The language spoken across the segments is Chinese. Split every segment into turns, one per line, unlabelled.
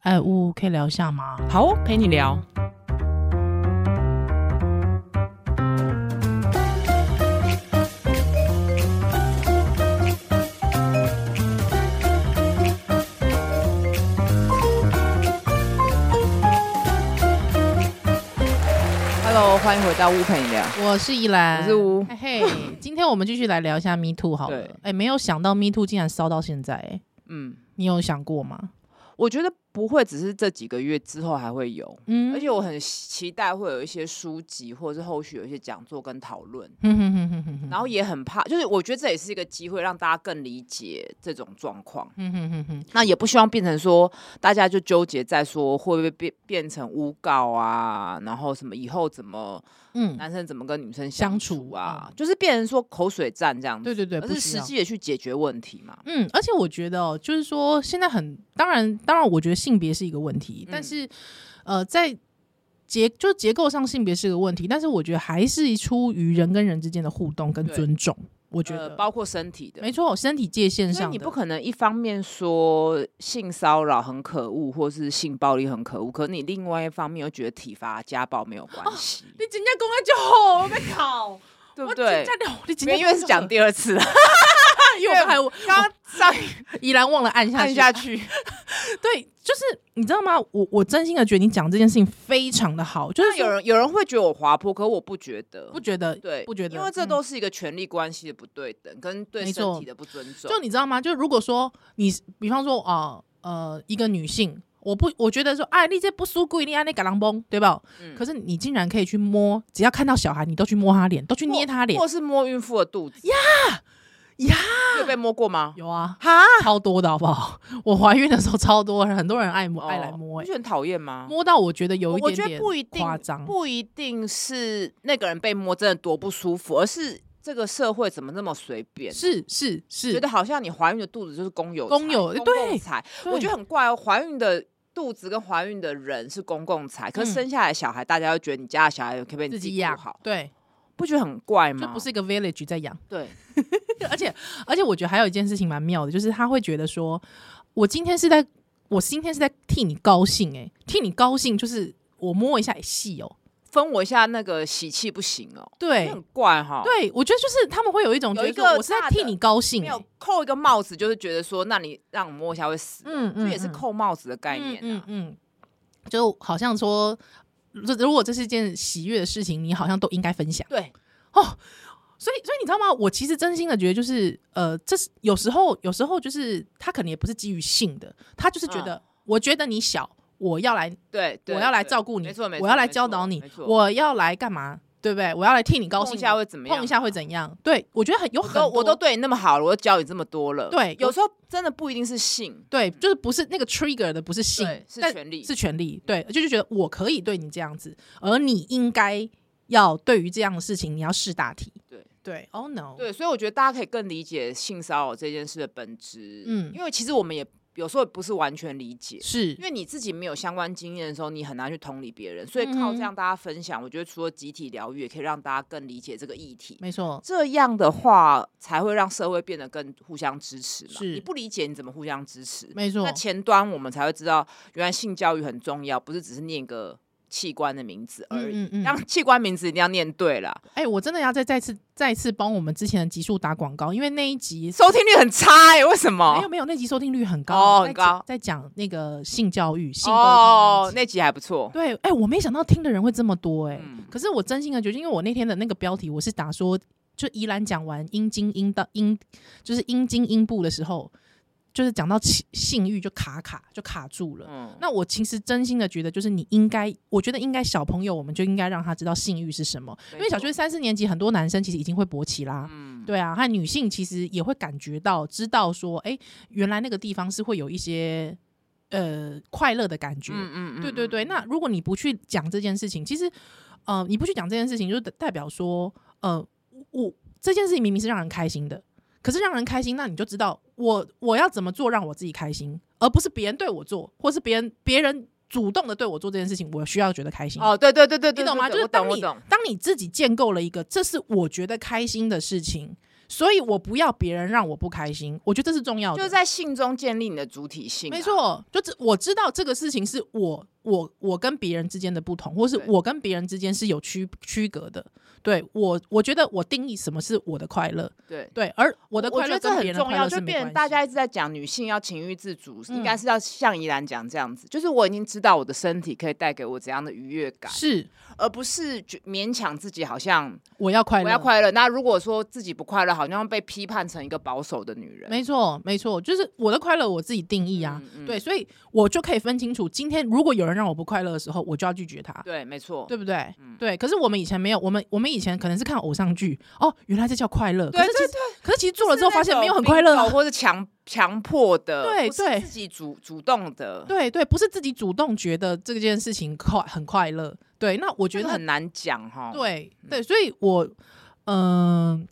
哎，呜，可以聊一下吗？
好哦，陪你聊。
Hello，欢迎回到屋陪你聊。
我是依兰，
我是吴
嘿嘿，今天我们继续来聊一下 Me Too 好了
对。
哎，没有想到 Me Too 竟然烧到现在、哎
嗯，
你有想过吗？
我觉得不会，只是这几个月之后还会有，
嗯
而且我很期待会有一些书籍，或者是后续有一些讲座跟讨论。
哼哼哼哼哼哼
然后也很怕，就是我觉得这也是一个机会，让大家更理解这种状况。
哼哼哼哼，
那也不希望变成说大家就纠结在说会不会变变成诬告啊，然后什么以后怎么
嗯，
男生怎么跟女生
相
相
处
处啊，
嗯
就是变成说口水战这样子。
对对对，
而
不
是
需
实
要
际的去解决问题嘛。
嗯，而且我觉得哦，就是说现在很当然，当然，我觉得性别是一个问题，但
嗯
是呃，在结就结构上性别是个问题，但是我觉得还是出于人跟人之间的互动跟
对
尊重，我觉
呃，
得、
包括身体的，
没错，身体界限
所以
上
你不
的
可能一方面说性骚扰很可恶，或是性暴力很可恶，可你另外一方面又觉得体罚家暴没有关
哦
系，
你人家公开就好，我被考，
对不
我
对
真？的了你真
没
的
有因为是讲第二次啊，
因为我还我
刚刚上一
依然忘了按下
按
去
下去，
对，就是你知道吗？我我真心的觉得你讲这件事情非常的好，就是
那有
说
人有人会觉得我滑坡，可我不觉得，
不觉得
对，
不觉得，
因为这
嗯
都是一个权力关系的不对等，跟对
没
身
错
体的不尊重
就。你知道吗？就如果说你，比方说啊呃一个女性，我不，我觉得说，哎，你这不输贵，你爱那嘎啷崩，对吧？
嗯
可是你竟然可以去摸，只要看到小孩，你都去摸他脸，都去捏他脸
或，是摸孕妇的肚子呀
呀，
你有被摸过吗？
有啊，
哈，
超多的好不好？我怀孕的时候超多人，很多人爱摸，爱来
哦
摸、
你
欸，
觉得很讨厌吗？
摸到我觉得有一
我
点
觉得
点
不一定
夸张，
不一定是那个人被摸真的多不舒服，而是这个社会怎么那么随便，
是是是
觉得，好像你怀孕的肚子就是公有
公有
财公
对
共财，
对
我觉得很怪哦，怀孕的。肚子跟怀孕的人是公共财，可是
嗯
生下来的小孩，大家会觉得你家的小孩可以被你
自
自
己
己顾
养
好，，嗯
对，
不觉得很怪
就
吗？
不是一个 village 在养。
对，
而且而且我觉得还有一件事情蛮妙的，就是他会觉得说，我今天是在我今天是在替你高兴、欸，替你高兴，就是我摸一下也细哦，
分我一下那个喜气不行哦，
对。
很怪哈。，
哎对，我觉得就是他们会有一种觉
有
得
一个
说我是在
大的
替你高兴、
没
欸
有，扣一个帽子，就是觉得说，那你让我摸一下会死，
嗯
这也是扣帽子的概念
嗯
啊。
嗯嗯，就好像说，如如果这是一件喜悦的事情，你好像都应该分享。哦
对，
所以，所以你知道吗？我其实真心的觉得，就是呃，这是有时候，有时候就是他可能也不是基于性的，他就是觉得，我觉得你小，我要来
对，嗯对
我要来
对
照顾你，
没错没错，
我要来
没
教
错
导你
没，错
我要来干嘛，对不对？我要来替你高兴，
碰一下会怎么样？啊
碰一下会怎样？对，我觉得很有
我
很
都
多，
我都对你那么好了，我都教你这么多了。
对
有时候真的不一定是性，
对，就是不是那个 trigger 的，不是性
对，是
但
权利
是权利，对，就是觉得我可以对你这样子，而你应该要对于这样的事情，你要试大题，
对
对，Oh no，
对，所以我觉得大家可以更理解性骚扰这件事的本质。
嗯
嗯，因为其实我们也有时候不是完全理解。
是
因为你自己没有相关经验的时候，你很难去同理别人，
嗯
所以靠这样大家分享，我觉得除了集体疗愈，也可以让大家更理解这个议题。
没错，
这样的话，才会让社会变得更互相支持嘛。
是
你不理解，你怎么互相支持？
没错
那，前端我们才会知道，原来性教育很重要，不是只是念个器官的名字而已。
嗯嗯嗯
让器官名字一定要念对啦，
哎、我真的要再再次再次帮我们之前的集数打广告，因为那一集
收听率很差哎、为什
没有
么？
没有，那集收听率很高，
哦
在
很
讲
高
在讲那个性教育、性沟通那一
哦
集，
那集还不错。
对，哎、我没想到听的人会这么多、哎、
嗯
可是我真心的觉得，因为我那天的那个标题，我是打说，就宜兰讲完阴茎、阴道、阴，就是阴茎、阴部的时候，就是讲到性性欲就卡卡就卡住了。
嗯，
那我其实真心的觉得，就是你应该，我觉得应该小朋友，我们就应该让他知道性欲是什么，因为小学
生，
三四年级很多男生其实已经会勃起啦，
嗯，
对啊，和女性其实也会感觉到、知道说，哎、原来那个地方是会有一些呃快乐的感觉。
嗯
对对对，那如果你不去讲这件事情，其实呃，你不去讲这件事情，就代表说，呃，我这件事情明明是让人开心的，可是让人开心，那你就知道我我要怎么做让我自己开心，而不是别人对我做，或是别人别人主动的对我做这件事情，我需要觉得开心。
哦，对对对对，
你
对
懂吗？
对
就是
我懂
当
我
你
懂，
当你自己建构了一个这是我觉得开心的事情，所以我不要别人让我不开心，我觉得这是重要的。
就在性中建立你的主体性、啊
没，错，就知我知道这个事情是我我我跟别人之间的不同，或是
对
我跟别人之间是有区区隔的。对我，我觉得我定义什么是我的快乐，
对。
对，而我
我
的快
觉
乐
得这
跟别
很
人的
重
快
要，
乐
就是
没
变
关
成
系
大家一直在讲女性要情欲自主，
嗯
应该是要像怡兰讲这样子，就是我已经知道我的身体可以带给我怎样的愉悦感，
是
而不是觉勉强自己好像
我要快乐，
我要快乐。那如果说自己不快乐，好像被批判成一个保守的女人。
没错，没错，就是我的快乐我自己定义啊。
嗯嗯
对，所以我就可以分清楚，今天如果有人让我不快乐的时候，我就要拒绝他，
对，嗯没错。
对不对？对。可是我们以前没有，我们我们以前可能是看偶像剧，哦，原来这叫快乐。可
对
是其实，可是其实做了之后发现没有很快乐
就是那种逼
啊。
走或是强强迫的，
对
不是
对
自己主主动的，
对对，不是自己主动觉得这件事情快很快乐。对，那我觉
觉
得
得很难讲哈。，
对对，所以我嗯、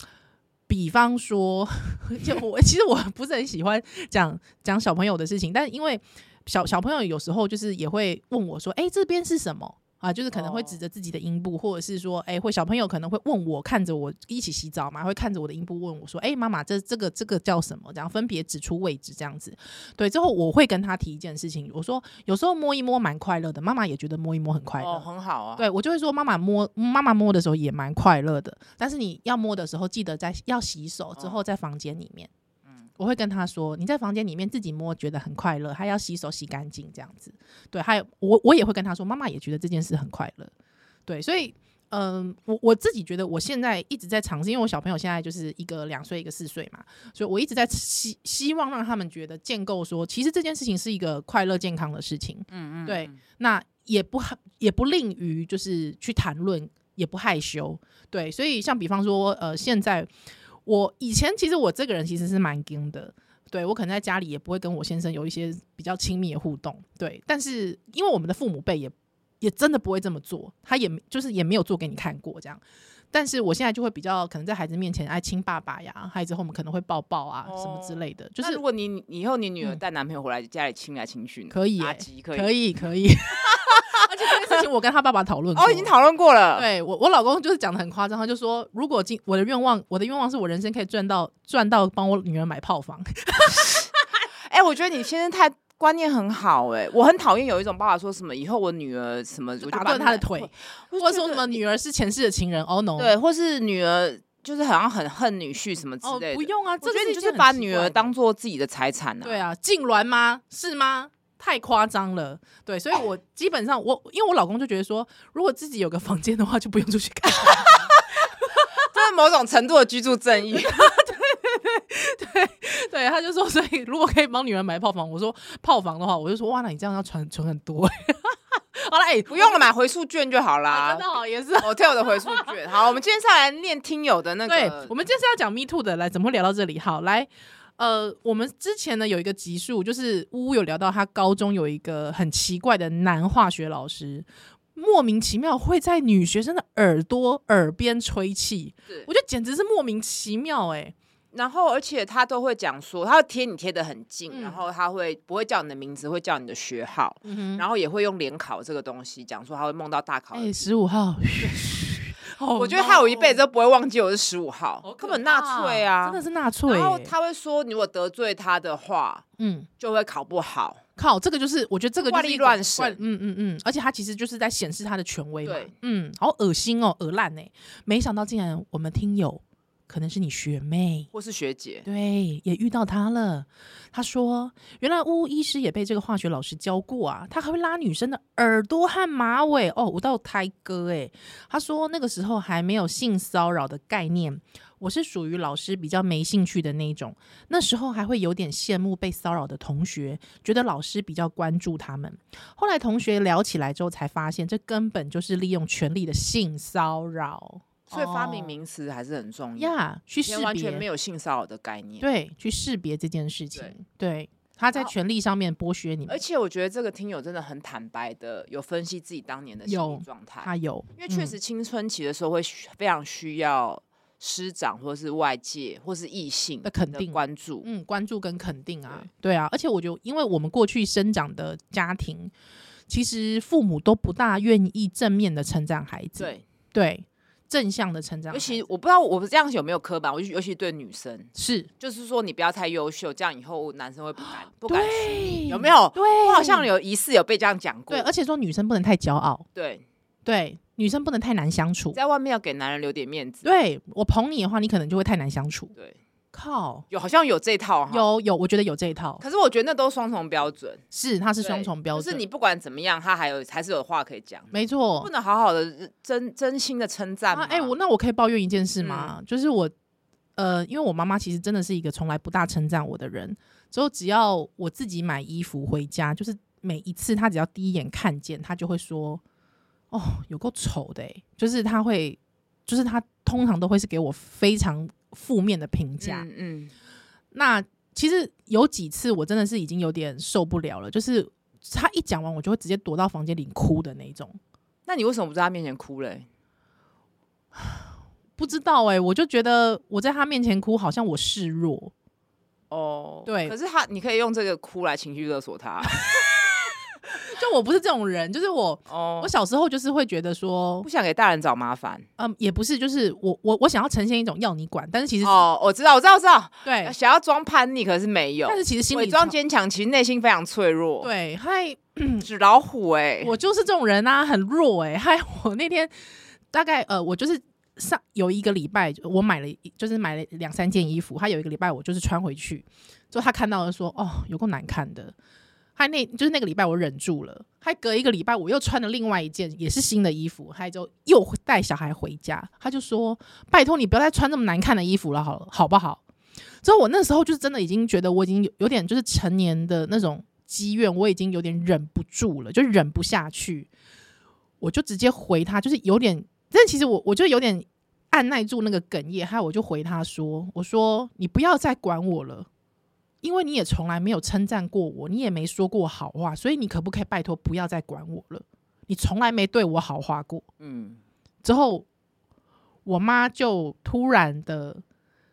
比方说， 就我其实我不是很喜欢讲讲小朋友的事情，但因为小小朋友有时候就是也会问我说：“哎、这边是什么？”啊，就是可能会
哦
指着自己的阴部，或者是说，哎、或小朋友可能会问我，看着我一起洗澡嘛，会看着我的阴部问我说，哎、妈妈，这这个这个叫什么？然后分别指出位置这样子。对，之后我会跟他提一件事情，我说有时候摸一摸蛮快乐的，妈妈也觉得摸一摸很快乐。
哦，很好啊。
对我就会说，妈妈摸嗯妈妈摸的时候也蛮快乐的，但是你要摸的时候记得在要洗手之后在房间里面。
嗯
我会跟他说，你在房间里面自己摸，觉得很快乐，还要洗手洗干净这样子。对，还有我我也会跟他说，妈妈也觉得这件事很快乐。对，所以嗯，我我自己觉得我现在一直在尝试，因为我小朋友现在就是一个两岁一个四岁嘛，所以我一直在希希望让他们觉得建构说，其实这件事情是一个快乐健康的事情。
嗯嗯，
对
嗯，
那也不害也不吝于就是去谈论，也不害羞，对，所以像比方说，呃，现在我以前其实我这个人其实是蛮硬的，对我可能在家里也不会跟我先生有一些比较亲密的互动，对，但是因为我们的父母辈也也真的不会这么做，他也就是也没有做给你看过这样。但是我现在就会比较可能在孩子面前爱亲爸爸呀，孩子后我们可能会抱抱啊、什么之
哦
类的，就
那
是
如果你你以后你女儿
嗯
带男朋友回来家里亲来亲去呢，
可以
打
耶
击可以
可以 可以， 而且这件事情我跟他爸爸讨论过
哦，已经讨论过了。
对我，我老公就是讲的很夸张，他就说，如果今我的愿望，我的愿望是我人生可以赚到赚到帮我女儿买炮房。
哎，我觉得你先生太。观念很好哎、我很讨厌有一种爸爸说什么以后我女儿什么我就
打
把
断她的腿，哦
我就
或者
觉
说
得
什么女儿是前世的情人，oh no，
对，或是女儿就是好像很恨女婿什么之
哦，
类的。
不用啊，
我
这
觉
个
得
是
你
一
就
件
是
很
把
奇
女
怪
儿
的
当做自己的财产啊。
对，啊，痉挛吗？是吗？太夸张了，对， 所以我基本上我因为我老公就觉得说，如果自己有个房间的话，就不用出去看。
这是某种程度的居住正 义。
对，他就说，所以如果可以帮女儿买炮房，我说炮房的话，我就说哇，那你这样要存存很多、 好了，哎、
不用了，买回数券就好啦
哦真的。好也是
hotel 的回数券。好，我们今天上来念听友的那
对
个，
我，们今天是要讲 Me Too 的，来，怎么会聊到这里？好，来，呃，我们之前呢有一个集数，就是呜呜有聊到他高中有一个很奇怪的男化学老师，莫名其妙会在女学生的耳朵耳边吹气，
是
我觉得简直是莫名其妙哎、
然后而且他都会讲说，他会贴你贴的很近，
嗯
然后他会不会叫你的名字，会叫你的学号，
嗯哼，
然后也会用联考这个东西讲说他会梦到大考的。
哎，十五号，哦
我觉得害我一辈子
no
都不会忘记我是十五号
好，可
根本纳粹啊！
真的是纳粹欸、
然后他会说，你如果得罪他的话，
嗯。
就会考不好。
靠，这个就是我觉得这个就是
怪力
一种
乱神
怪嗯嗯嗯，而且他其实就是在显示他的权威嘛
对，
嗯，好恶心哦，恶烂哎，没想到竟然我们听友可能是你学妹。
或是学姐，
对，也遇到他了。他说，原来巫医师也被这个化学老师教过啊，他还会拉女生的耳朵和马尾哦，我到胎哥哎。他说那个时候还没有性骚扰的概念，我是属于老师比较没兴趣的那一种，那时候还会有点羡慕被骚扰的同学，觉得老师比较关注他们。后来同学聊起来之后，才发现这根本就是利用权力的性骚扰。
所以发明
哦
名词还是很重要。
呀去
以
识
前完
别
全没有性骚扰的概念。
对，去识别这件事情，对，他在
然后
权力上面剥削你们
而，且我觉得这个听友真的很坦白的，有分析自己当年的心
有
理状态，
他有，
因为确
嗯
实青春期的时候会需非常需要师长或是外界或是异性
的肯定
关注，
嗯，关注跟肯定啊，对啊，而且我觉得，因为我们过去生长的家庭，其实父母都不大愿意正面的成长孩子，
对，
对正向的成长孩
尤
子。
其我不知道我这样有没有刻板，我就尤其对女生，
是
就是说你不要太优秀，这样以后男生会不敢不敢娶
对，
你，有没？有？
对，
我好像有疑似有被这样讲过
对，。而且说女生不能太骄傲，
对，
对，女生不能太难相处。
在外面要给男人留点面子。
对我捧你的话，你可能就会太难相处。
对，
靠，
有好像有这套哈。，
有有，我觉得有这一套，
可是我觉得那都双重标准，
是它是
对
双重标准，
就是你不管怎么样，他还有还是有话可以讲，
没错
不。能好好的真真心的称赞
啊，
吗。嗯
哎、我那我可以抱怨一件事吗？就是我，呃，因为我妈妈其实真的是一个从来不大称赞我的人，之后只要我自己买衣服回家，就是每一次她只要第一眼看见，她就会说：“哦，有够丑的、欸。”就是她会，就是她通常都会是给我非常负面的评价。
嗯嗯，
那其实有几次我真的是已经有点受不了了，就是她一讲完，我就会直接躲到房间里哭的那一种。
那你为什么不在他面前哭嘞？
不知道哎、我就觉得我在她面前哭，好像我示弱。
哦，
对
可是他你可以用这个哭来情绪勒 索他。
就我不是这种人，就是我，
哦
我，小时候就是会觉得说
不，想给大人找麻烦。
嗯，也不是，就是我我我想要呈现一种要你管，但是其实、
哦，我知道，我知道，我知道，
对，
想要装叛逆，可是没有
但，是其实心
伪
里
装
超
坚强，其实内心非常脆弱。，
对，害
纸老虎哎、
我就是这种人啊，很弱哎、害我那天大概呃，我就是。上有一个礼拜，我买了一，就是买了两三件衣服。他有一个礼拜，我就是穿回去，之后他看到了说：“哦，有够难看的。”还那就是那个礼拜我忍住了，还隔一个礼拜我又穿了另外一件也是新的衣服，还就又带小孩回家，他就说：“拜托你不要再穿这么难看的衣服了，好了，好不好？”之后我那时候就是真的已经觉得我已经有有点就是成年的那种积怨，我已经有点忍不住了，就忍不下去，我就直接回他，就是有点，但其实我我就有点按耐住那个哽咽，还有我就回他说：“我说你不要再管我了。”因为你也从来没有称赞过我，你也没说过好话，所以你可不可以拜托不要再管我了？你从来没对我好话过。
嗯，
之后，我妈就突然的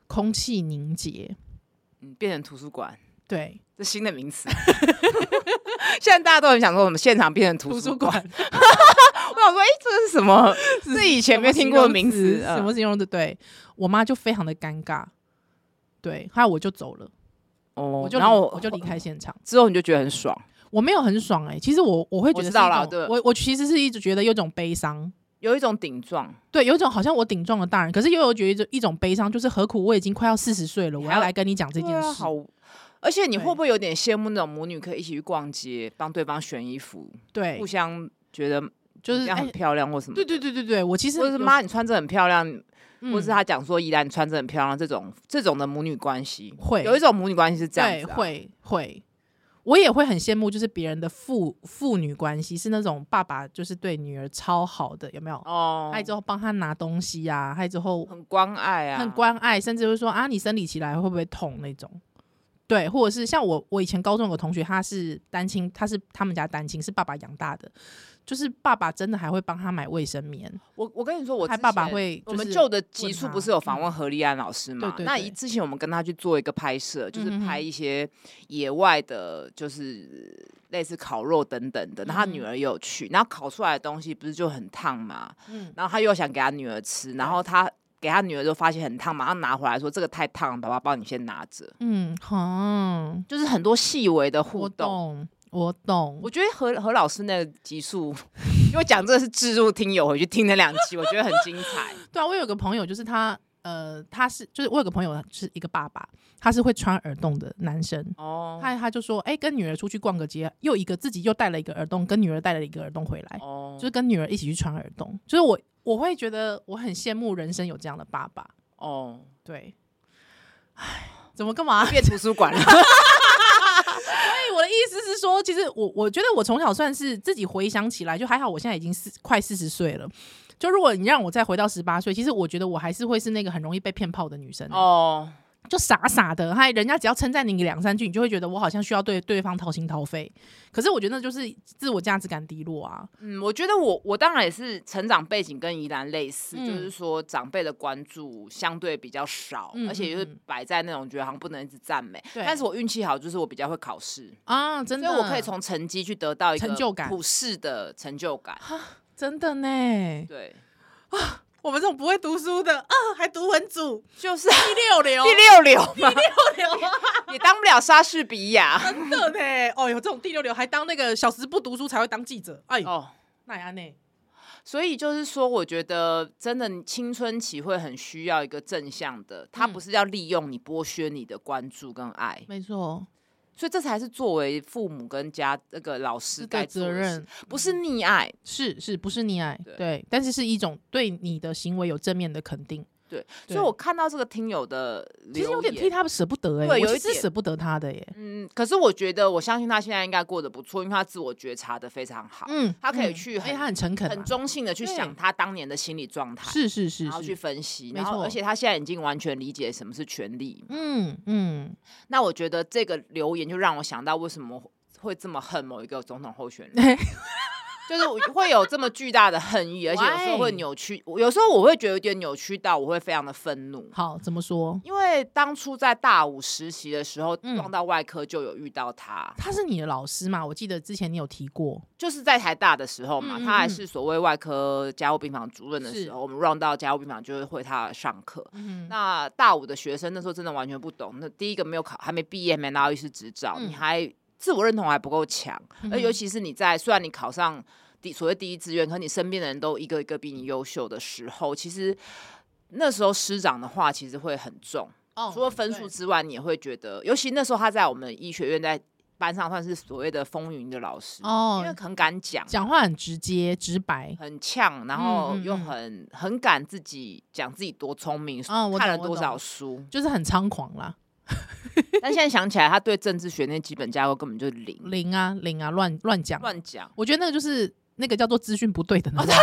空气凝结，
嗯，变成图书馆，
对，
这新的名词。 现在大家都很想说，我们现场变成图书馆。，我想说，哎、这个是什么？是以前没有听过的名词。
什么形容词？对我妈就非常的尴尬，对，还有我就走了，
嗯？哦，
我就
然后
我就离开现场，
之后，你就觉得很爽，
我没有很爽哎、其实我我会觉
我
得是
知
一
道啦
种
对
我我其实是一直觉得有一种悲伤，
有一种顶撞，
对，有一种好像我顶撞了大人，可是又有觉得一种悲伤，就是何苦我已经快要四十岁了，
你
我
还
要
要
来跟你讲这件
对啊
事，
好。而且你会
对
不会有点羡慕那种母女可以一起去逛街，帮对方选衣服，
对
互，相觉得
就是
这样很
哎
漂亮或什么？
对对对对对，我其实
或者是
有
妈，你穿着很漂亮，
嗯
或是啊他讲说依然你穿着很漂亮，这种这种的母女关系，
会
有一种母女关系是这样
对，
子、啊，
会会，我也会很羡慕，就是别人的父父女关系是那种爸爸就是对女儿超好的，有没有？
哦，
还之后帮她拿东西啊，还之后
很关爱啊，
很关爱，甚至会说啊，你生理期来会不会痛那种。对，或者是像我，我以前高中有个同学，他是单亲，他是他们家单亲，是爸爸养大的，就是爸爸真的还会帮他买卫生棉，
我我跟你说，我
他
之
爸爸
前。
会、
我
就是，
们旧的集数
他
不是有访问何立安老师
对
嘛？
对
那
对
一之前我们跟他去做一个拍摄，就是
嗯哼哼
拍一些野外的，就是类似烤肉等等的。那
嗯
他
哼
女儿也有去，然后烤出来的东西不是就很烫嘛？
嗯，
然后他又想给他女儿吃，然后他给他女儿就发现很烫，马上拿回来说这个太烫了，爸爸帮你先拿着。
嗯，好，
就是很多细微的互
我
动。
懂，我懂，
我觉得何何老师那个集数，因为讲这个是置入听友回去听那两集，我觉得很精 彩。
对啊，我有个朋友，就是他，呃，他是就是我有个朋友是一个爸爸，他是会穿耳洞的男生。
哦
他他就说，哎、跟女儿出去逛个街，又一个自己又带了一个耳洞，跟女儿带了一个耳洞回来，
哦
就是跟女儿一起去穿耳洞。就是我我会觉得我很羡慕人生有这样的爸爸。
哦，
对，唉，怎么干嘛？
变图书馆了。
所以我的意思是说，其实我我觉得我从小算是自己回想起来，就还好，我现在已经四快四十岁了。就如果你让我再回到十八岁，其实我觉得我还是会是那个很容易被骗炮的女生欸、
哦，
就傻傻的，嗨，人家只要称赞你两三句，你就会觉得我好像需要对对方掏心掏肺。可是我觉得那就是自我价值感低落啊。
嗯，我觉得我我当然也是成长背景跟宜兰类似，
嗯
就是说长辈的关注相对比较少，
嗯
而且就是
嗯嗯
摆在那种觉得好像不能一直赞美。
对
但是我运气好，就是我比较会考试，
啊，真
所
的，
以我可以从成绩去得到一个
成就感
普世的成就感。
真的呢。
对，
我们这种不会读书的啊，还读文组，
就是
啊第六流，
第六流嘛，
六流啊，
也当不了莎士比亚。
真的呢。哦有这种第六流还当那个小时不读书才会当记者，哎，
哦，
那也安内。
所以就是说，我觉得真的青春期会很需要一个正向的，他
嗯
不是要利用你剥削你的关注跟爱，
没错，
所以这才是作为父母跟家那个老师
是
该
个
做
责
的事，
任，嗯
不是溺爱。
是是不是溺爱？
对
对，但是是一种对你的行为有正面的肯定。
对，
对
所以我看到这个听友的
其实有
留
点替
言，
他们舍不得哎、
对
我
有一
其实
点
舍不得他的耶。
嗯，可是我觉得我相信他现在应该过得不错，因为他自我觉察的非常好，
嗯，
他可以
嗯
去
而且
很
他很诚恳啊、
很中性的去
对
想他当年的心理状态，
是是是
然后去
是，
分析，
没
然后
错
而且他现在已经完全理解什么是权利。
嗯嗯，
那我觉得这个留言就让我想到为什么会这么恨某一个总统候选人。 就是我会有这么巨大的恨意，而且有时候
Why？
会扭曲，我有时候我会觉得有点扭曲到，我会非常的愤怒。
好，怎么说？
因为当初在大五实习的时候，
嗯
撞到外科就有遇到他，
他是你的老师嘛？我记得之前你有提过，
就是在台大的时候嘛，
嗯嗯
他还
嗯
是所谓外科加护病房主任的
是
时候，我们 run 到加护病房就是会他上课。
嗯，
那大五的学生那时候真的完全不懂，那第一个没有考，还没毕业，没拿到医师执照，
嗯
你还自我认同还不够强，
嗯
而
哼
尤其是你在虽然你考上第所谓第一志愿，可你身边的人都一个一个比你优秀的时候，其实那时候师长的话其实会很重。
哦
除了分数之外，你也会觉得，尤其那时候他在我们医学院在班上算是所谓的风云的老师，
哦
因为很敢讲，
讲话很直接直白，
很呛，然后
嗯嗯
又
嗯
很、很敢自己讲自己多聪明，
哦我
看
懂
了
我懂。
多少书
就是很猖狂啦，
但现在想起来，他对政治学那基本架构根本就零，
零啊零啊，乱乱讲。
乱哦讲。
我觉得那个就是那个叫做资讯不对等的问题。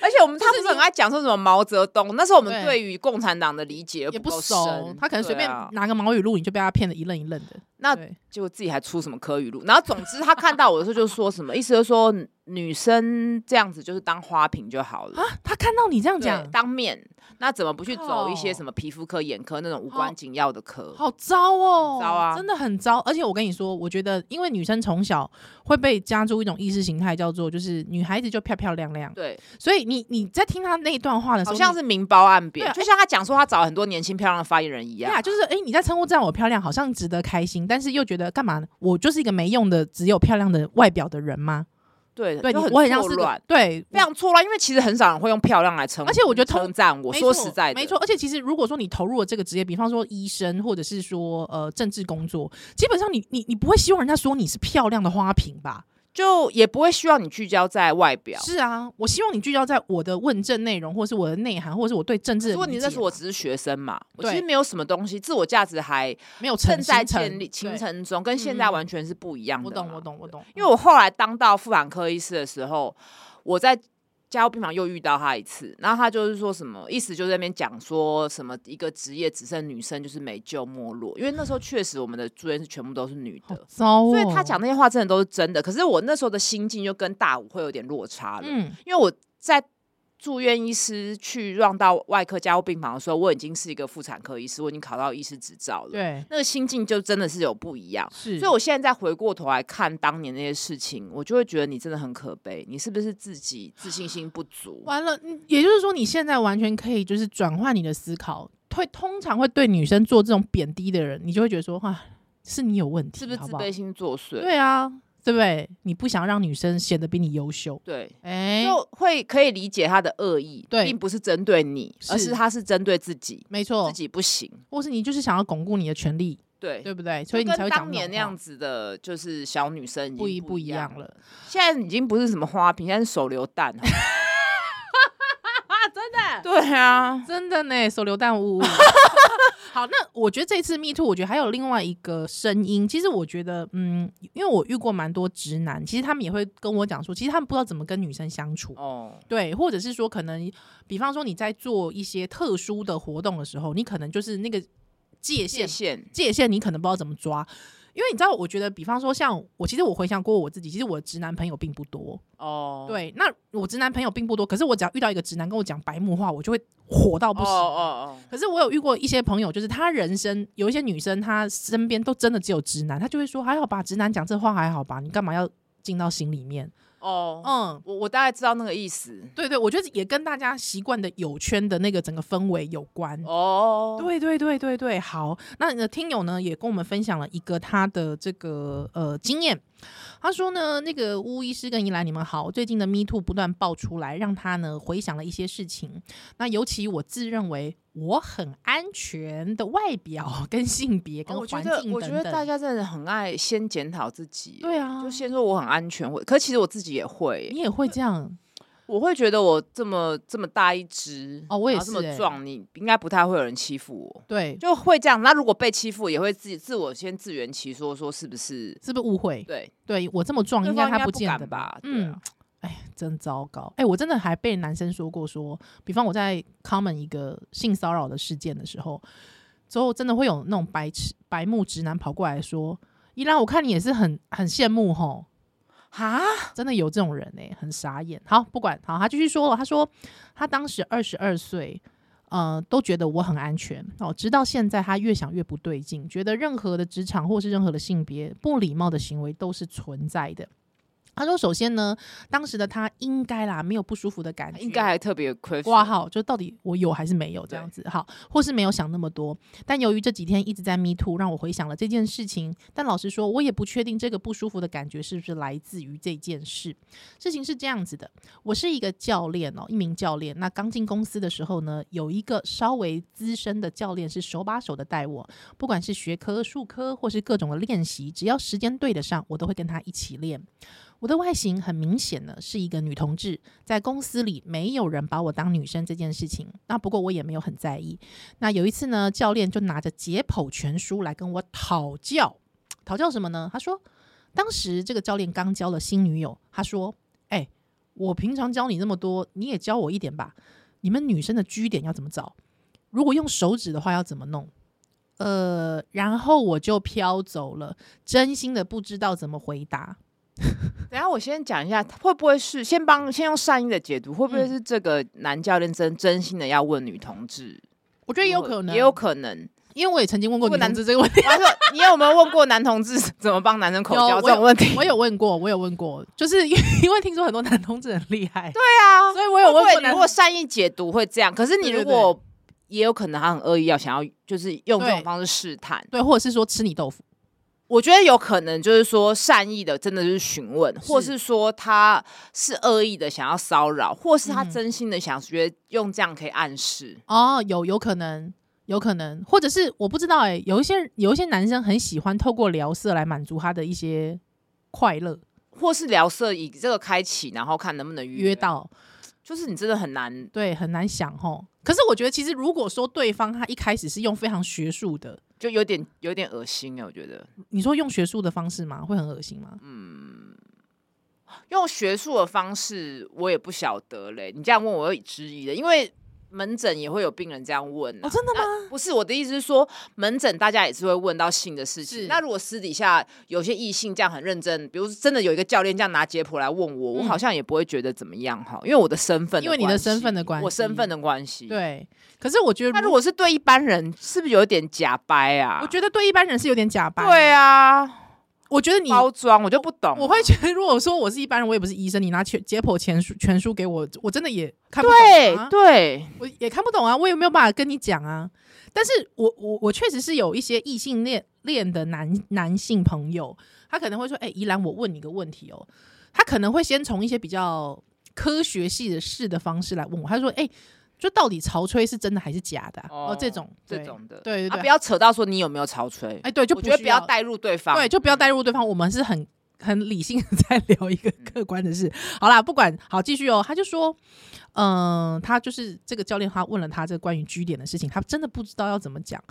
而且我们他不是很爱讲说什么毛泽东，那时候我们
对
对于共产党的理解又
也不
不够
熟
深，
他可能随
对
便
啊
拿个毛语录，你就被他骗得一愣一愣的。
那
对
结果自己还出什么科语录，然后总之他看到我的时候就说什么，意思就是说女生这样子就是当花瓶就好了，
啊，他看到你这样
对
讲，
当面，那怎么不去走一些
靠
什么皮肤科、眼科那种无
好
关紧要的科？
好糟哦，
很糟啊
真的很糟。而且我跟你说，我觉得因为女生从小会被加注一种意识形态，叫做就是女孩子就漂漂亮亮，
对，
所以你你在听她那一段话的时
好
候，
像
你
是明褒暗
对
贬，
啊
就像他讲说他找很多年轻漂亮的发言人一
对
样
啊，。就是哎、诶你在称呼这样我漂亮，好像值得开心，但是又觉得干嘛呢？我就是一个没用的只有漂亮的外表的人吗？
对
对，
就
你
很
我很像
错
是
乱
个，对，
非常错乱，因为其实很少人会用漂亮来称，
而且我觉得通
称赞我
没
说
错
实在的，
没错。而且其实如果说你投入了这个职业，比方说医生，或者是说呃政治工作，基本上你你你不会希望人家说你是漂亮的花瓶吧？
就也不会需要你聚焦在外表。
是啊，我希望你聚焦在我的问政内容，或是我的内涵，或是我对政治的
如果你
理
认
解
识我
嘛
只是学生嘛，我其
对
实没有什么东西，自我价值还
没有
正
成
在
形成
建立形
对嗯
程中，跟现在完全是不一样的。
我懂，我。懂，我懂。
因为我后来当到妇产科医师的时候，我在加护病房又遇到他一次，然后他就是说什么，意思就在那边讲说什么一个职业只剩女生就是没救没落，因为那时候确实我们的住院是全部都是女
好
的。
糟、哦，
所以他讲那些话真的都是真的，可是我那时候的心境就跟大五会有点落差了，
嗯
因为我在住院医师去让到外科加护病房的时候，我已经是一个妇产科医师，我已经考到医师执照了，
对
那个心境就真的是有不一样。
是，
所以我现在再回过头来看当年那些事情，我就会觉得你真的很可悲，你是不是自己自信心不足？
完了，嗯也就是说，你现在完全可以就是转换你的思考，会通常会对女生做这种贬低的人，你就会觉得说，哇，是你有问题，
是不是
好
自
好
卑心作祟？
对啊，对不对？你不想让女生显得比你优秀，
对。
哎、
就会可以理解他的恶意，
对
并不是针对你，而
是
是他是针对自己，
没错
自，己不行，
或是你就是想要巩固你的权利，
对，
对不对？所以你
就
才
跟
会讲
当
这种
年那样
话
子的，就是小女生已
不一
经
不
一
一
样
样。了。
现在已经不是什么花瓶，现在是手榴弹。
真的，
对 啊，
真的呢，手榴弹屋。 好，那我觉得这次 Me Too，我觉得还有另外一个声音。其实我觉得，嗯，因为我遇过蛮多直男，其实他们也会跟我讲说，其实他们不知道怎么跟女生相处。
哦，
对，或者是说，可能比方说你在做一些特殊的活动的时候，你可能就是那个界
界
限
限
界限你可能不知道怎么抓，因为你知道，我觉得，比方说像我，其实我回想过我自己，其实我的直男朋友并不多。
哦，
对，那我直男朋友并不多，可是我只要遇到一个直男跟我讲白目话，我就会火到
哦，
不
哦
行。
哦
可是我有遇过一些朋友，就是她人生有一些女生，她身边都真的只有直男，她就会说还好吧，直男讲这话还好吧，你干嘛要进到心里面？
哦哦，
嗯，
我我大概知道那个意思。
对对，我觉得也跟大家习惯的有圈的那个整个氛围有关。
哦，
对对对对对，好，那你的听友呢也跟我们分享了一个他的这个呃经验，他说呢，那个巫医师跟宜兰你们好，最近的 Me Too 不断爆出来，让他呢回想了一些事情。那尤其我自认为我很安全的外表跟性别跟
哦我觉
环
得
境
我觉
等
得大
等，
家真的很爱先检讨自己，
对啊
就，先说我很安全，我可其实我自己也会，
你也会这 样，
我会觉得我这么这么大一只
哦我也
然后这
是欸
么壮，你应该不太会有人欺负我，
对，
就会这样。那如果被欺负，也会自己自我先自圆其说，说是不是？
是不是误会？
对，
对我这么壮，
对
哦应该
方
他
应该不
见
敢
得
吧对
嗯
啊，
哎，真糟糕。哎、我真的还被男生说过说，比方我在 common 一个性骚扰的事件的时候，之后真的会有那种白痴白目直男跑过来说：“依兰，我看你也是很很羡慕吼。”
哈，
真的有这种人哎、很傻眼。好，不管好，他继续说了，他说他当时二十二岁，呃，都觉得我很安全哦，直到现在他越想越不对劲，觉得任何的职场或是任何的性别不礼貌的行为都是存在的。他说，首先呢，当时的他应该啦，没有不舒服的感觉，
应该还特别 c r
挂号，就到底我有还是没有这样子，好，或是没有想那么多。但由于这几天一直在 me too，让我回想了这件事情。但老实说，我也不确定这个不舒服的感觉是不是来自于这件事。事情是这样子的，我是一个教练哦，一名教练。那刚进公司的时候呢，有一个稍微资深的教练是手把手的带我，不管是学科、术科或是各种的练习，只要时间对得上，我都会跟他一起练。我的外形很明显呢，是一个女同志，在公司里没有人把我当女生这件事情。那不过我也没有很在意。那有一次呢，教练就拿着解剖全书来跟我讨教，讨教什么呢？他说，当时这个教练刚交了新女友，他说：“哎、我平常教你那么多，你也教我一点吧。你们女生的居点要怎么找？如果用手指的话要怎么弄？”呃，然后我就飘走了，真心的不知道怎么回答。
等一啊下我先讲一下，会不会是先帮先用善意的解读，会不会
嗯
是这个男教练真真心的要问女同志？
我觉得也有可能，
也有可能。
因为我也曾经问过女
问
同
男
志这个问题，
我还说，你有没有问过男同志怎么帮男生口
有
交
我
这种问题？
我有问过，我有问过，就是因为 因为听说很多男同志很厉害，对，
对啊，
所以我有问
会
过
不会你
男
如果善意解读会这样，可是你
对对
如果也有可能他很恶意要想要，就是用这
对
种方式试探。
对，或者是说吃你豆腐，
我觉得有可能就是说善意的真的是询问，或
是
是说他是恶意的想要骚扰，或是他
嗯哼
真心的想觉得用这样可以暗示。
哦，有有可能，有可能，或者是我不知道哎、有一些有一些男生很喜欢透过聊色来满足他的一些快乐，
或是聊色以这个开启，然后看能不能约
约，到
就是你真的很难。
对很难想吼。可是我觉得其实如果说对方他一开始是用非常学术的，
就有点有点恶心哎，我觉得，
你说用学术的方式吗？会很恶心吗？
嗯，用学术的方式，我也不晓得嘞。你这样问，我会质疑的，因为门诊也会有病人这样问、啊
哦，真的吗？
不是我的意思是说，门诊大家也是会问到性的事
是
情。那如果私底下有些异性这样很认真，比如说真的有一个教练这样拿解剖来问我，我
嗯
好像也不会觉得怎么样哈，因为我的身份，
因为你的身份的关系
我身份的关系。，
对，可是我觉得
那如果是对一般人，是不是有点假掰啊？
我觉得对一般人是有点假白。
对，啊，
我觉得你，
包装我就不懂啊，
我会觉得，如果说我是一般人，我也不是医生，你拿全解剖全书全书给我，我真的也看不懂、
对
啊，
对，
我也看不懂啊，我也没有办法跟你讲啊。但是我我我确实是有一些异性恋恋的男男性朋友，他可能会说：“哎、宜兰，我问你个问题哦。”他可能会先从一些比较科学系的事的方式来问我，他说：“哎、就到底潮吹是真的还是假的啊、哦，这种
这
对
种的，
对对
啊
对，
不要扯到说你有没有潮吹
哎、，对，就
我觉得
需
不要带入对方，
对，就不要带入对方。我们是很很理性的 在聊一个客观的事。好啦，不管好，继续哦。他就说，嗯、他就是这个教练，他问了他这关于居点的事情，他真的不知道要怎么讲。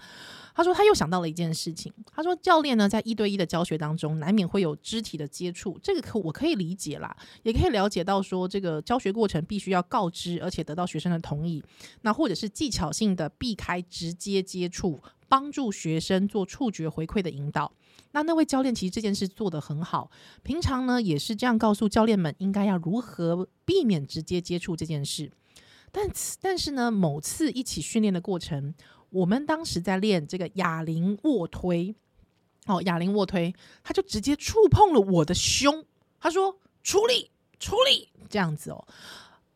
他说，他又想到了一件事情。他说，教练呢，在一对一的教学当中，难免会有肢体的接触，这个可我可以理解啦，也可以了解到说，这个教学过程必须要告知，而且得到学生的同意。那或者是技巧性的避开直接接触，帮助学生做触觉回馈的引导。那那位教练其实这件事做得很好，平常呢也是这样告诉教练们应该要如何避免直接接触这件事。但此但是呢，某次一起训练的过程，我们当时在练这个哑铃卧推，哦，哑铃卧推，他就直接触碰了我的胸，他说出力处理这样子哦。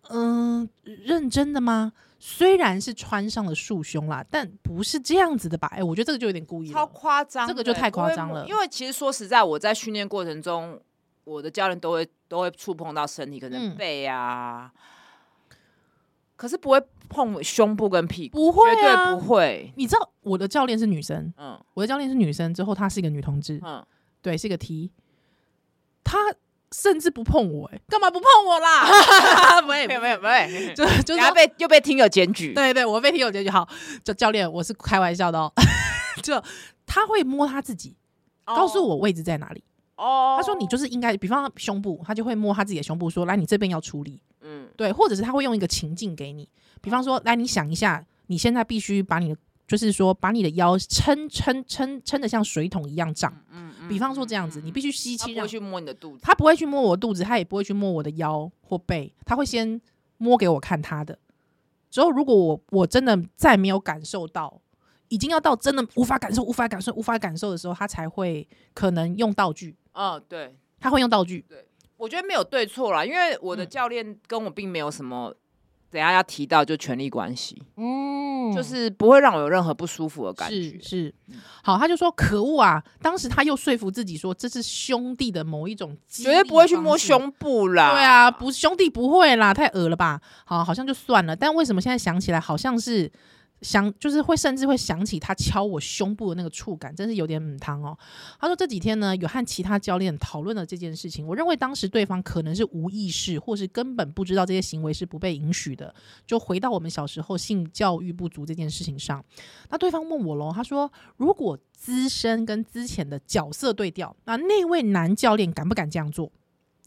嗯，认真的吗？虽然是穿上了束胸啦，但不是这样子的吧？哎、我觉得这个就有点故意
超
了。
夸张的，
这个就太夸张了
因为因为其实说实在，我在训练过程中，我的教练都会都会触碰到身体，可能
嗯
背啊，可是不会碰胸部跟屁股，
不会
绝
啊，
对不会。
你知道我的教练是女生，
嗯
我的教练是女生，之后她是一个女同志，
嗯，
对，是一个 T，她甚至不碰我、哎，
干嘛不碰我 啦？没有没有没 有，
就就是
等下
说
被又被听友检举。
对对，我被听友结局好，就教练我是开玩笑的哦， 就她会摸她自己，
哦，
告诉我位置在哪里。
哦，
她说你就是应该，比方她胸部，她就会摸她自己的胸部，说来你这边要处理，
嗯
对，或者是她会用一个情境给你，比方说来你想一下，你现在必须把你的。就是说，把你的腰撑撑撑撑的像水桶一样胀，
嗯嗯
比方说这样子，你必须吸
他
气，
不
让
会去摸你的肚子。
他不会去摸我肚子，他也不会去摸我的腰或背，他会先摸给我看他的。之后，如果我我真的再没有感受到，已经要到真的无法感受、无法感受、无法感受的时候，他才会可能用道具，
嗯，对，
他会用道具。
我觉得没有对错啦，因为我的
嗯
教练跟我并没有什么，等一下要提到就权力关系，
嗯
就是不会让我有任何不舒服的感觉
是。
嗯
是，好，他就说可恶啊！当时他又说服自己说这是兄弟的某一种激
绝对
励
不会去
方
摸
式
胸部啦。
对啊，不兄弟不会啦，太恶了吧？好，好像就算了。但为什么现在想起来，好像是想，就是会甚至会想起他敲我胸部的那个触感，真是有点母汤哦。他说这几天呢，有和其他教练讨论了这件事情。我认为当时对方可能是无意识，或是根本不知道这些行为是不被允许的。就回到我们小时候性教育不足这件事情上，那对方问我喽，他说如果资深跟之前的角色对调，那那位男教练敢不敢这样做？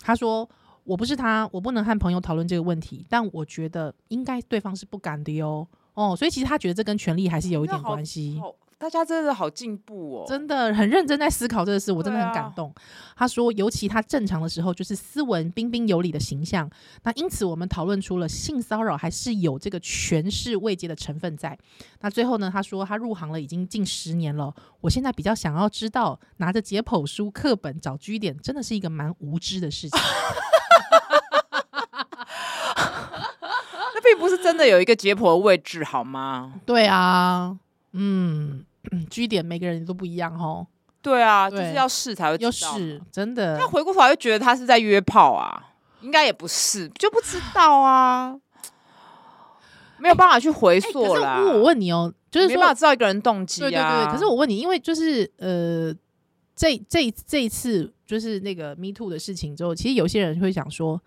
他说我不是他，我不能和朋友讨论这个问题，但我觉得应该对方是不敢的哟。哦，所以其实他觉得这跟权力还是有一
那
点
好
关系。
好，大家真的好进步哦。
真的很认真在思考这个事，我真的很感
对啊
动。他说，尤其他正常的时候就是斯文、彬彬有礼的形象。那因此，我们讨论出了性骚扰还是有这个权势未接的成分在。那最后呢，他说他入行了已经近十年了，我现在比较想要知道，拿着解剖书课本找据点，真的是一个蛮无知的事情。
那并不是真的有一个解剖的位置好吗？
对啊，嗯，据点每个人都不一样哦，
对啊，就
对
是要试才会知
又
道嘛
是真的
但。回过头来又觉得他是在约炮啊，应该也不是，就不知道啊，没有办法去回
哎
溯啦。
可是我问你哦，就是
没
说
办法知道一个人动机啊。
对对对，可是我问你，因为就是呃，这这这一次就是那个 Me Too 的事情之后，其实有些人会想说，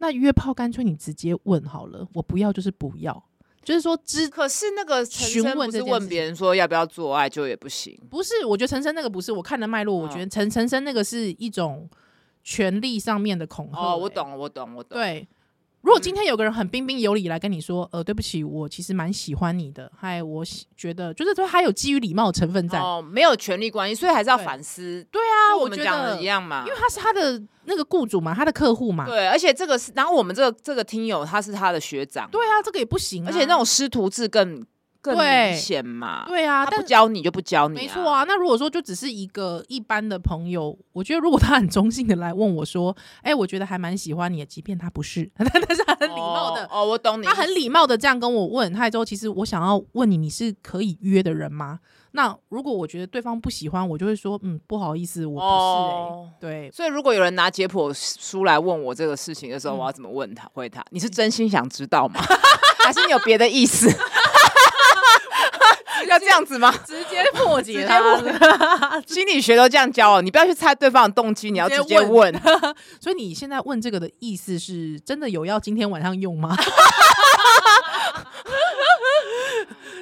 那约炮干脆你直接问好了，我不要就是不要，就是说知
可是那个陈
询
生
问
不
这
是
件
问
事
别人说要不要做爱就也不行，
不是，我觉得陈生那个不是，我看了脉络，我
嗯
觉得陈陈生那个是一种权力上面的恐吓、
哦，我
欸
懂了，我懂，我懂。
对，如果
嗯
今天有个人很彬彬有礼来跟你说，呃，对不起，我其实蛮喜欢你的，嗨，我喜觉得就是说还有基于礼貌的成分在。
哦，没有权利关系，所以还是要
对
反思。
对啊，
跟我
我
们
觉
讲的
得
一，样嘛
因为。他是他的那个雇主嘛，他的客户嘛，
啊对，而且这个是，然后我们这个这个听友他是他的学长，
对啊，这个也不行啊、
而且那种师徒制更更
对
明显嘛。
对啊，
他
但
不教你就不教你、
没错。啊。那如果说就只是一个一般的朋友，我觉得如果他很中性的来问我说，哎、我觉得还蛮喜欢你的，即便他不是， 但但是他很礼貌的。
哦，哦我懂你。
他很，礼貌的这样跟我问，嗨，之后其实我想要问你，你是可以约的人吗？那如果我觉得对方不喜欢，我就会说，嗯，不好意思，我不是、欸，
哦
对，
所以如果有人拿解剖书来问我这个事情的时
嗯
候，我要怎么问他？回他？你是真心想知道吗？ 还是你有别的意思？ 要这样子吗？
直接破解
他心理学都这样教哦，你不要去猜对方的动机，你要直接问。
所以你现在问这个的意思是真的有要今天晚上用吗？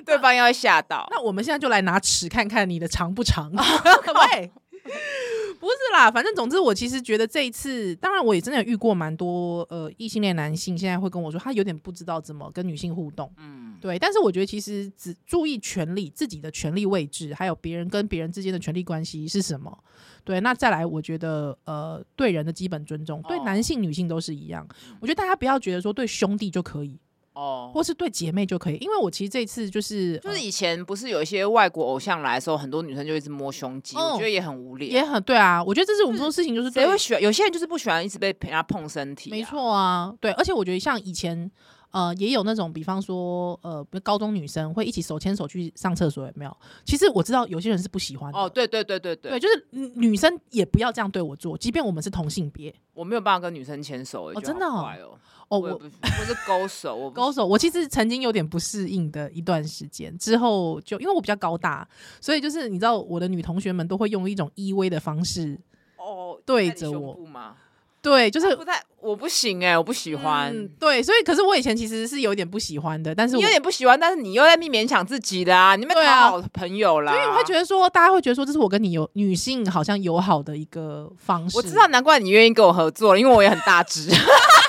对方要会吓到。
那我们现在就来拿尺看看你的长不长，
啊
可不可以？ 不是啦，反正总之，我其实觉得这一次，当然我也真的有遇过蛮多呃异性恋男性，现在会跟我说他有点不知道怎么跟女性互动，
嗯，
对。但是我觉得其实只注意权利、自己的权利位置，还有别人跟别人之间的权利关系是什么，对。那再来，我觉得呃对人的基本尊重，对
哦
男性、女性都是一样。我觉得大家不要觉得说对兄弟就可以，
哦，
或是嗯对姐妹就可以。因为我其实这一次就是呃
就是以前不是有一些外国偶像来的时候，很多女生就一直摸胸肌，
哦
我觉得也很无
也
聊。
很对啊，我觉得这是我们做的事情，就是
谁
对
会喜欢？有些人就是不喜欢一直被人家碰身体、
没，错啊，对，而且我觉得像以前。呃，也有那种，比方说，呃，比如高中女生会一起手牵手去上厕所，有没有？其实我知道有些人是不喜欢的，
哦，对对对对对，
对，就是女女生也不要这样对我做，即便我们是同性别。
我没有办法跟女生牵手、欸，
哦
觉得
真的
好
哦
怪哦，
哦，
我也
我
不我 是勾手，我不
高手，我其实曾经有点不适应的一段时间，之后就因为我比较高大，所以就是你知道我的女同学们都会用一种依偎的方式，
哦
对
在你
着
胸
我
部吗？啊
对，就是
不太，我不行哎、我不喜欢。
嗯对，所以可是我以前其实是有点不喜欢的，但是我
你有点不喜欢，但是你又在命勉强自己的啊，你们
对啊
讨好朋友啦。
因为我会觉得说，大家会觉得说，这是我跟你有女性好像友好的一个方式。
我知道，难怪你愿意跟我合作，因为我也很大只，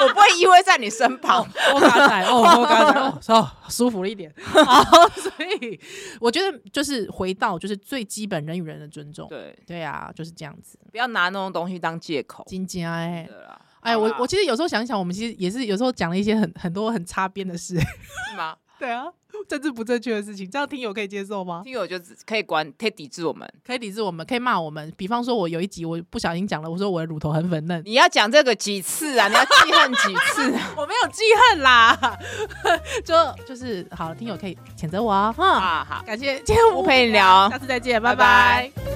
我不会依偎在你身旁。
我嘎 仔，哦，我嘎仔，哦， 哦舒服了一点。好，所以我觉得就是回到就是最基本人与人的尊重。
对，
对啊，就是这样子。
不要拿那种东西当借口。
金金哎，
对啦
哎，
好
我
啦
我其实有时候想想，我们其实也是有时候讲了一些很 很多很擦边的事。
是吗？
对啊，政治不正确的事情，这样听友可以接受吗？
听友就只可以管，可以抵制我们。
可以抵制我们，可以骂我们。比方说，我有一集我不小心讲了，我说我的乳头很粉嫩，
你要讲这个几次啊？你要记恨几次、啊？
我没有记恨啦， 就 就是好，听友可以谴责我啊、哦，哈、
啊，好，
感谢今天
我陪你聊
下次再见，拜
拜拜
拜